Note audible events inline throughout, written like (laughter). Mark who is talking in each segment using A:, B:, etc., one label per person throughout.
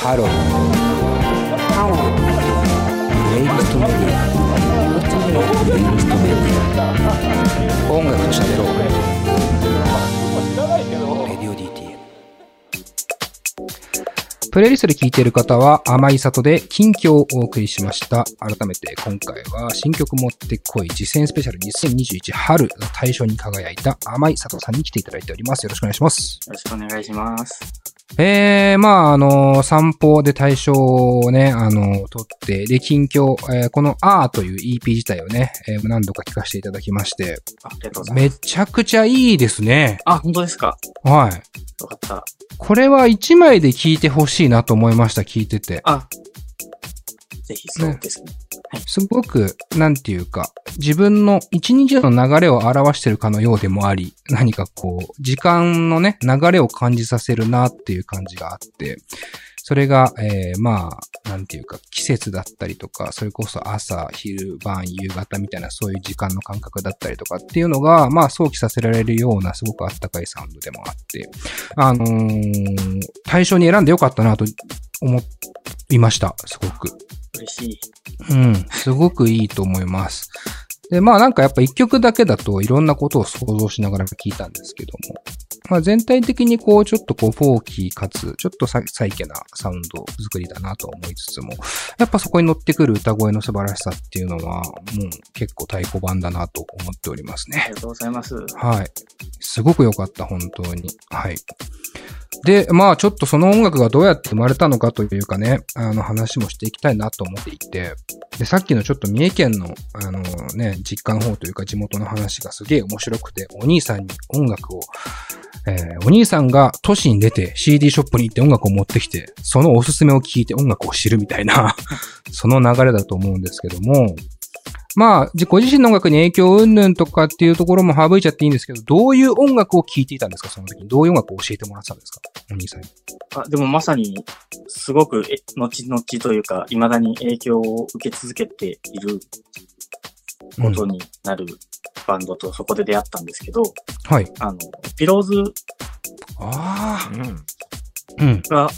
A: ハロー。ハロー。プレイリストメディア。プレイリストメディア。音楽と喋ろう。レディオ DTM。プレイリストで聴いている方は、甘い里で近況をお送りしました。改めて今回は、新曲持ってこい、実践スペシャル2021春の大賞に輝いた甘い里さんに来ていただいております。よろしくお願いします。
B: よろしくお願いします。
A: えー、まあ、あの、散歩で大賞をね、あの、取って、で、近況、えーこの R という EP 自体をね、えー何度か聞かせていただきまして、
B: あありがとうございます。
A: めちゃくちゃいいですね。
B: あ、本当ですか
A: はい。
B: よかった。
A: これは1枚で聞いてほしいなと思いました、聞いてて。
B: あ、ぜひそうですね。
A: すごく、なんていうか、自分の一日の流れを表してるかのようでもあり、何かこう、時間のね、流れを感じさせるなっていう感じがあって、それが、えー、まあ、なんていうか、季節だったりとか、それこそ朝、昼、晩、夕方みたいなそういう時間の感覚だったりとかっていうのが、まあ、想起させられるようなすごくあったかいサウンドでもあって、あのー、対象に選んでよかったなと思いました、すごく。
B: 嬉しい。
A: うん、すごくいいと思います。で、まあなんかやっぱ一曲だけだといろんなことを想像しながら聞いたんですけども、まあ全体的にこうちょっとこうフォーキーかつちょっとサイサイケなサウンド作りだなと思いつつも、やっぱそこに乗ってくる歌声の素晴らしさっていうのはもう結構太鼓判だなと思っておりますね
B: あ。りがとうございます。
A: はい。すごく良かった、本当に。はい。で、まあちょっとその音楽がどうやって生まれたのかというかね、あの話もしていきたいなと思っていて、で、さっきのちょっと三重県の、あのね、実家の方というか地元の話がすげえ面白くて、お兄さんに音楽を、えーお兄さんが都市に出て CD ショップに行って音楽を持ってきて、そのおすすめを聞いて音楽を知るみたいな、 (laughs) その流れだと思うんですけども、まあ、じご自身の音楽に影響云々とかっていうところも省いちゃっていいんですけど、どういう音楽を聴いていたんですかその時に。どういう音楽を教えてもらってたんですかお兄さんに。
B: あ、でもまさに、すごく、え、後々というか、未だに影響を受け続けていることになるバンドとそこで出会ったんですけど、
A: はい。
B: あの、ピローズ
A: あ
C: うん。
A: あ。うん。
B: が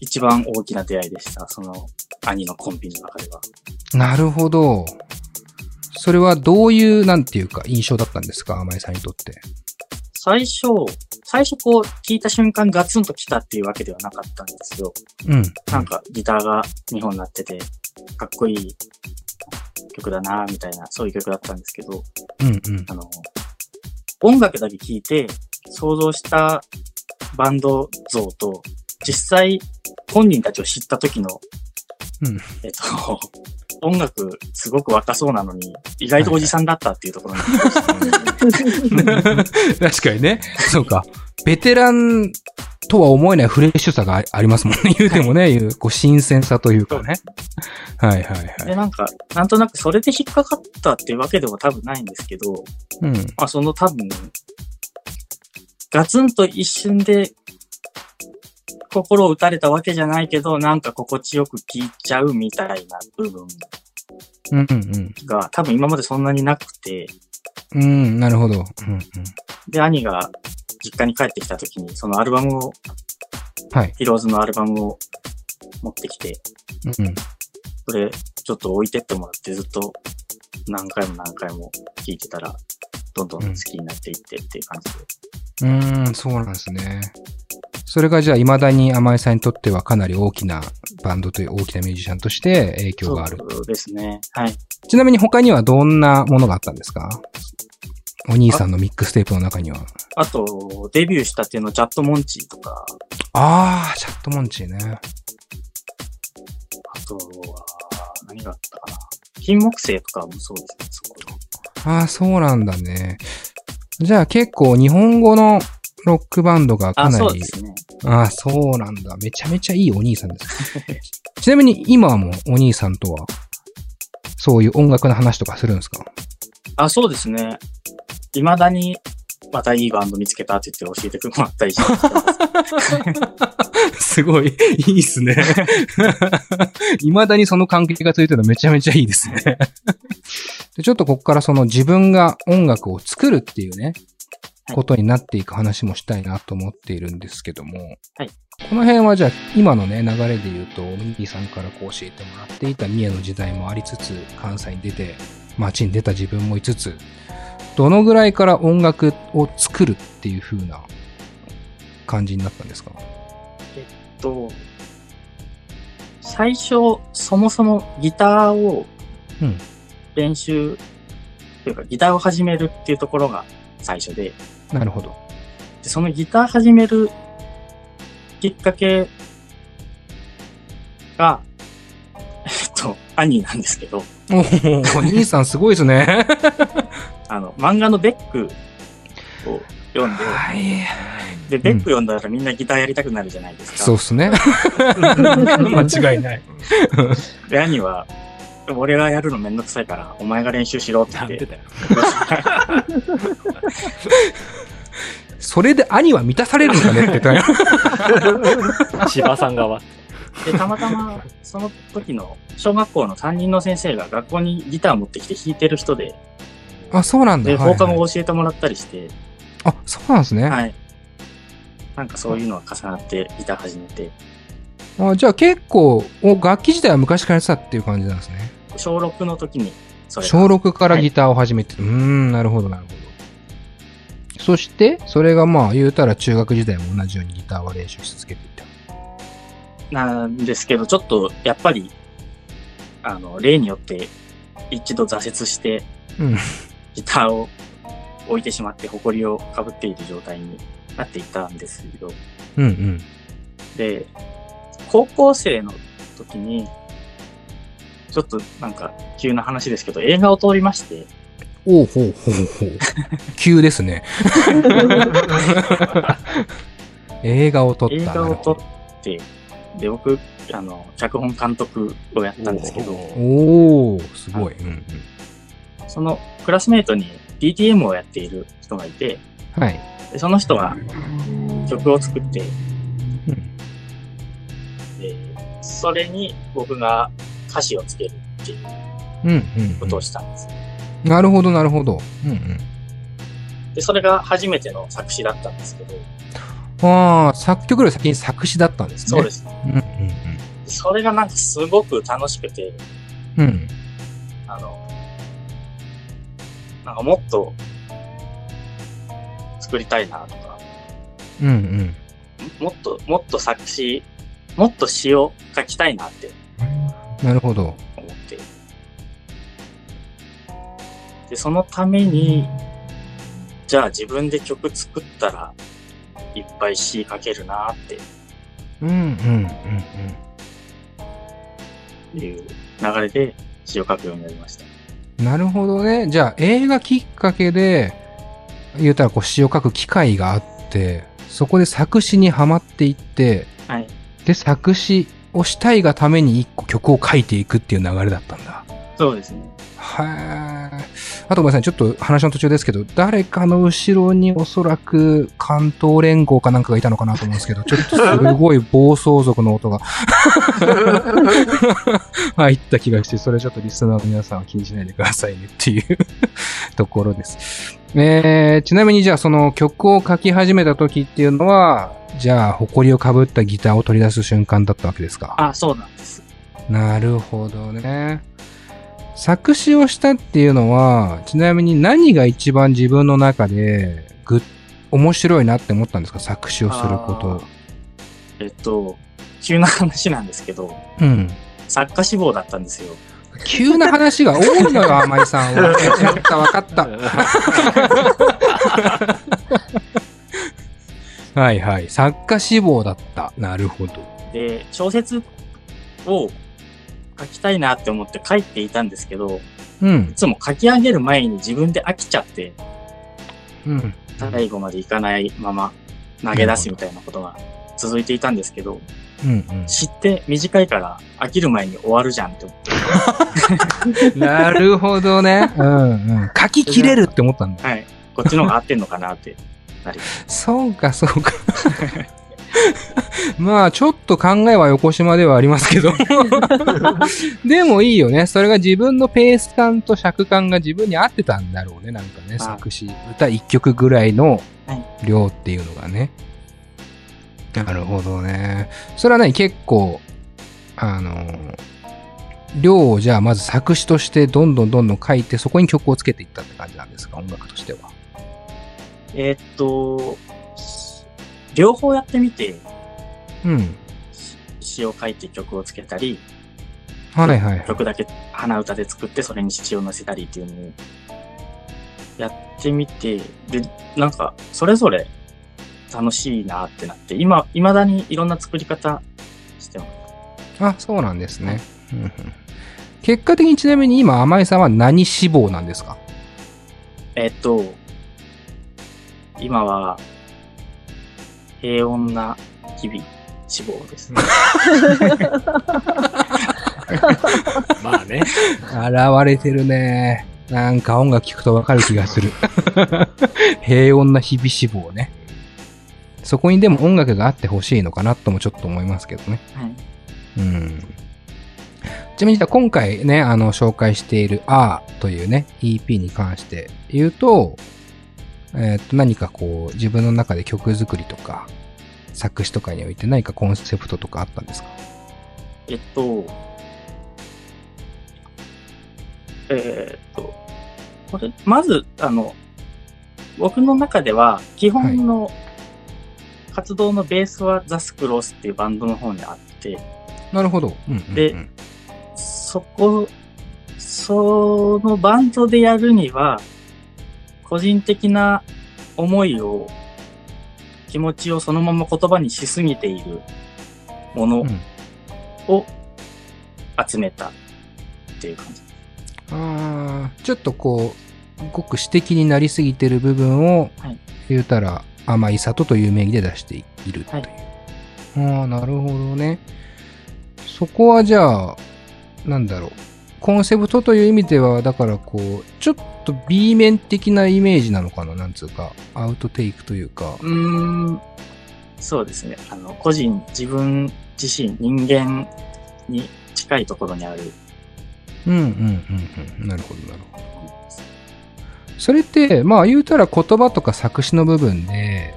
B: 一番大きな出会いでした。その、兄のコンビの中では。
A: なるほど。それはどういう、なんていうか、印象だったんですか甘井さんにとって。
B: 最初、最初こう、聞いた瞬間ガツンと来たっていうわけではなかったんですよ。
A: うん。
B: なんかギターが2本なってて、かっこいい曲だなみたいな、そういう曲だったんですけど、
A: うんうん。 (laughs)
B: あの、音楽だけ聴いて想像したバンド像と、実際本人たちを知った時の、
A: うん
B: えっと、音楽すごく若そうなのに、意外とおじさんだったっていうところに、
A: 確かにね。そうか。ベテランとは思えないフレッシュさがあありますもんね。言うてもね、いう、こう、新鮮さというかね。はいはいはい。
B: で、なんか、なんとなくそれで引っかかったっていうわけでも多分ないんですけど、
A: うん。
B: まあ、その多分、ガツンと一瞬で心を打たれたわけじゃないけど、なんか心地よく聞いちゃうみたいな部分
A: うんうん
B: が多分今までそんなになくて、
A: うん。うん、なるほど。うんうん。
B: で、兄が実家に帰ってきた時に、そのアルバムを、
A: はい
B: ヒローズのアルバムを持ってきて、
A: うんうん。
B: それちょっと置いてってもらってずっと何回も何回も聞いてたら、どんどん好きになっていってっていう感じで。
A: うーん、そうなんですね。それがじゃあ、未だに甘井さんにとってはかなり大きなバンドという大きなミュージシャンとして影響がある。
B: そうですね。はい。
A: ちなみに他にはどんなものがあったんですかお兄さんのミックステープの中には。
B: あと、デビューしたてのチャットモンチーとか、
A: あー、チャットモンチーね。
B: あとは、何があったかな。金木星とかもそうですね、そこの。
A: あー、そうなんだね。じゃあ結構日本語のロックバンドがか
B: あ、
A: な
B: そう
A: り
B: ですね。
A: ああ、そうなんだ。めちゃめちゃいいお兄さんです。 (laughs) ちなみに今はもうお兄さんとは、そういう音楽の話とかするんですか
B: あ、そうですね。未だに、またいいバンド見つけたって言って教えてもらったりしてます。
A: すごい、いいっすね。 (laughs) 未だにその関係がついてるのめちゃめちゃいいですね。でちょっとここからその自分が音楽を作るっていうね、ことになっていく話もしたいなと思っているんですけども、
B: はい
A: この辺はじゃあ今のね流れで言うとミーさんからこう教えてもらっていた三重の時代もありつつ関西に出て街に出た自分もいつつどのぐらいから音楽を作るっていう風な感じになったんですか
B: と、最初、そもそもギターを
A: うん
B: 練習、というかギターを始めるっていうところが最初で、
A: なるほど。
B: でそのギター始めるきっかけが、えっと、兄なんですけど、
A: おお、兄さんすごいですね。
B: あの、漫画のベックを読んで、
A: はい。
B: で、ベック読んだらみんなギターやりたくなるじゃないですか。 (laughs)
A: そうっすね。 (laughs) 間違いない。
B: で、兄は、俺がやるのめんどくさいから、お前が練習しろって
C: なん
B: 言っ
C: で
B: て。
C: だよ。
A: それで兄は満たされるんだねって感じ。
C: 千葉さん側。
B: で、たまたま、その時の小学校の担任の先生が学校にギター持ってきて弾いてる人で、
A: あ、そうなんだ。
B: で、
A: はいはい
B: 放課後教えてもらったりして、
A: あ、そうなんですね。
B: はい。なんかそういうのが重なってギター始めて、
A: あじゃあ結構、お楽器自体は昔からやってたっていう感じなんですね。
B: 小6の時に、それが
A: 小6からギターを始めて、うーん、なるほど、なるほど。そして、それがまあ、言うたら中学時代も同じようにギターは練習し続けていた。
B: なんですけど、ちょっとやっぱり、あの、例によって一度挫折して、
A: うん
B: ギターを置いてしまって、埃をかぶっている状態になっていたんですけど、
A: うんうん。
B: で、高校生の時に、ちょっとなんか急な話ですけど、映画を通りまして、
A: おうほうほうほう。 (laughs) 急ですね。映画を撮った。
B: 映画を撮
A: なる
B: って、で、僕、あの、脚本監督をやったんですけど、
A: ほどおー、すごい。うんうん。
B: そのクラスメートに DTM をやっている人がいて、
A: はい。
B: でその人が曲を作って、
A: うん
B: でそれに僕が歌詞をつけるっていう
A: うんう
B: こ
A: ん
B: と
A: う
B: をしたんです。
A: ん。なるほど、なるほど。うんうん。
B: で、それが初めての作詞だったんですけど、
A: ああ、作曲より先に作詞だったんですね。
B: そうです。
A: うんうん
B: それがなんかすごく楽しくて、
A: うん。うん。
B: あの、なんかもっと作りたいなとか、
A: うんうん。
B: もっと、もっと作詞、もっと詩を書きたいなって
A: なるほど。
B: 思って。で、そのために、じゃあ自分で曲作ったら、いっぱい詩書けるなって
A: うんうんうん
B: いう流れで詩を書くようになりました。
A: うん。なるほどね。じゃあ映画きっかけで、言うたらこう詩を書く機会があって、そこで作詞にはまっていって、
B: はい。
A: で、作詞をしたいがために一個曲を書いていくっていう流れだったんだ。
B: そうですね。
A: はい。あとごめんなさい、ちょっと話の途中ですけど、誰かの後ろにおそらく関東連合かなんかがいたのかなと思うんですけど、ちょっとすごい暴走族の音が (laughs) 入った気がして、それちょっとリスナーの皆さんは気にしないでくださいねっていうところです。えー、ちなみにじゃあその曲を書き始めた時っていうのは、じゃあ、埃をかぶったギターを取り出す瞬間だったわけですか
B: あ、そうなんです。
A: なるほどね。作詞をしたっていうのは、ちなみに何が一番自分の中で、ぐっ、面白いなって思ったんですか作詞をすること。
B: えっと、急な話なんですけど、
A: うん。
B: 作家志望だったんですよ。
A: 急な話が多いのよ、甘井さ (laughs) んは。わかった、わかっ。
C: った
A: はいはい。作家志望だった。なるほど。
B: (laughs) で、小説を書きたいなって思って書いていたんですけど、
A: うん
B: い。つも書き上げる前に自分で飽きちゃって、
A: うん。
B: 最後までいかないまま投げ出すみたいなことが続いていたんですけど、
A: うん
B: 知って短いから飽きる前に終わるじゃんって思って、
A: うん。 (laughs) なるほどね。うんうん。書き切れるって思ったんだ。
B: はい。こっちの方が合ってんのかなってなりまし
A: そうか、そうか。 (laughs) まあ、ちょっと考えは横島ではありますけ
B: (laughs)
A: ど。でもいいよね。それが自分のペース感と尺感が自分に合ってたんだろうね。なんかね、
B: あ
A: 作詞、歌1曲ぐらいの
B: は
A: 量っていうのがね。なるほどね。それはね、結構、あのー量をじゃあまず作詞としてどんどんどんどん書いて、そこに曲をつけていったって感じなんですか、音楽としては。
B: (laughs) えーっと、両方やってみて、
A: うん。
B: 詩を書いて曲をつけたり、
A: はいはいはい。
B: 曲だけ鼻歌で作ってそれに詩を乗せたりっていうのをやってみて、で、なんかそれぞれ楽しいなってなって、今、未だにいろんな作り方してます。
A: あ、そうなんですね。うんうん結果的にちなみに今、甘井さんは何志望なんですか
B: えーっと、今は平穏な日々志望ですね。
C: まあね。
A: 現れてるね。なんか音楽聴くとわかる気がす (laughs) る。平穏な日々志望ね。そこにでも音楽があってほしいのかなともちょっと思いますけどね。
B: はい。
A: うん。ちなみに今回ね、あの、紹介している R というね、EP に関して言うと、えーっと、何かこう、自分の中で曲作りとか、作詞とかにおいて何かコンセプトとかあったんですか
B: えっと、えーっと、これ、まず、あの、僕の中では、基本の活動のベースはザ・スクロースっていうバンドの方にあって、
A: なるほど。うんうんうん
B: でそこ、そのバンドでやるには、個人的な思いを、気持ちをそのまま言葉にしすぎているもの
A: うん
B: を集めたっていう感じ。
A: あーちょっとこう、ごく私的になりすぎてる部分を
B: はい、
A: 言うたら、甘い里という名義で出していると。
B: はいいう
A: ああ、なるほどね。そこはじゃあ、なんだろう。コンセプトという意味では、だからこう、ちょっと B 面的なイメージなのかな、なんつうか、アウトテイクというか。
B: うーん、そうですね。あの、個人、自分自身、人間に近いところにある。
A: うんうんうんうん。なるほど、なるほど。それって、まあ言うたら言葉とか作詞の部分で、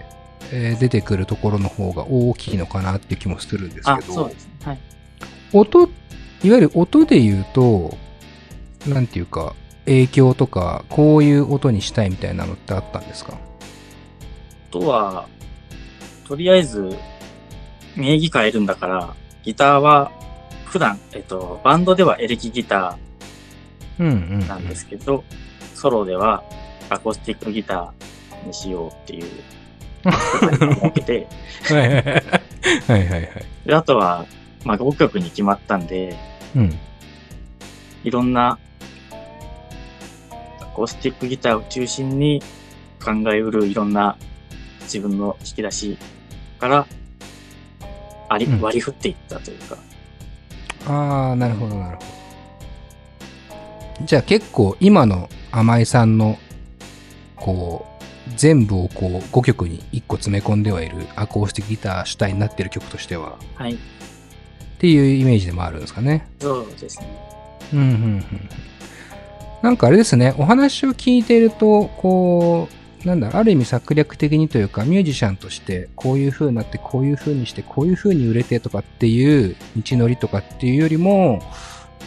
A: えー出てくるところの方が大きいのかなっていう気もするんです
B: あ、
A: け
B: そう
A: ど
B: で、すね。はい。
A: 音、いわゆる音で言うと、なんていうか、影響とか、こういう音にしたいみたいなのってあったんですか
B: あとは、とりあえず、名義変えるんだから、ギターは、普段、えっと、バンドではエレキギタ
A: うんうん、
B: ーなんですけど、ソロではアコースティックギターにしようっていう設けて、
A: はいはいはいはいはいはい。
B: であとは、まあ、5曲に決まったんで、
A: うん。
B: いろんなアコースティックギターを中心に考えうるいろんな自分の引き出しからあり、
A: うん
B: 割り振っていったというか、
A: ああ、なるほどなるほど。じゃあ結構今の甘井さんの、こう、全部をこう5曲に1個詰め込んではいるアコースティックギター主体になってる曲としては、
B: はい、
A: っていうイメージでもあるんですかね。
B: そうですね。
A: うんうんうん。なんかあれですね、お話を聞いていると、こう、なんだろうある意味策略的にというか、ミュージシャンとして、こういう風になって、こういう風にして、こういう風に売れてとかっていう道のりとかっていうよりも、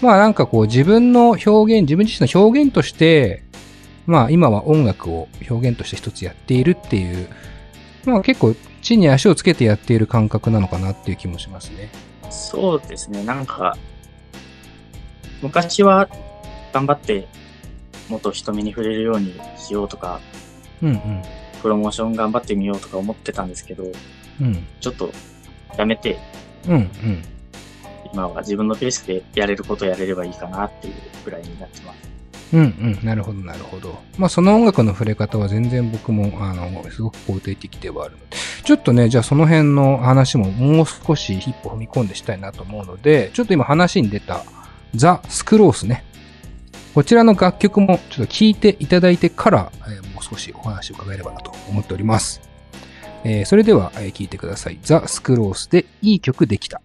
A: まあなんかこう自分の表現、自分自身の表現として、まあ今は音楽を表現として一つやっているっていう、まあ結構地に足をつけてやっている感覚なのかなっていう気もしますね。
B: そうですね。なんか、昔は頑張ってもっと人目に触れるようにしようとか、
A: うんうん。
B: プロモーション頑張ってみようとか思ってたんですけど、
A: うん。
B: ちょっとやめて、
A: うんうん。
B: 今は自分のペースでやれることやれればいいかなっていうぐらいになってます。
A: うんうん、なるほど、なるほど。まあ、その音楽の触れ方は全然僕も、あの、すごく肯定的ではあるので、ちょっとね、じゃあその辺の話ももう少し一歩踏み込んでしたいなと思うので、ちょっと今話に出た、ザ・スクロースね。こちらの楽曲もちょっと聴いていただいてから、えーもう少しお話を伺えればなと思っております。えーそれでは、えー聞いてください。ザ・スクロースでいい曲できた。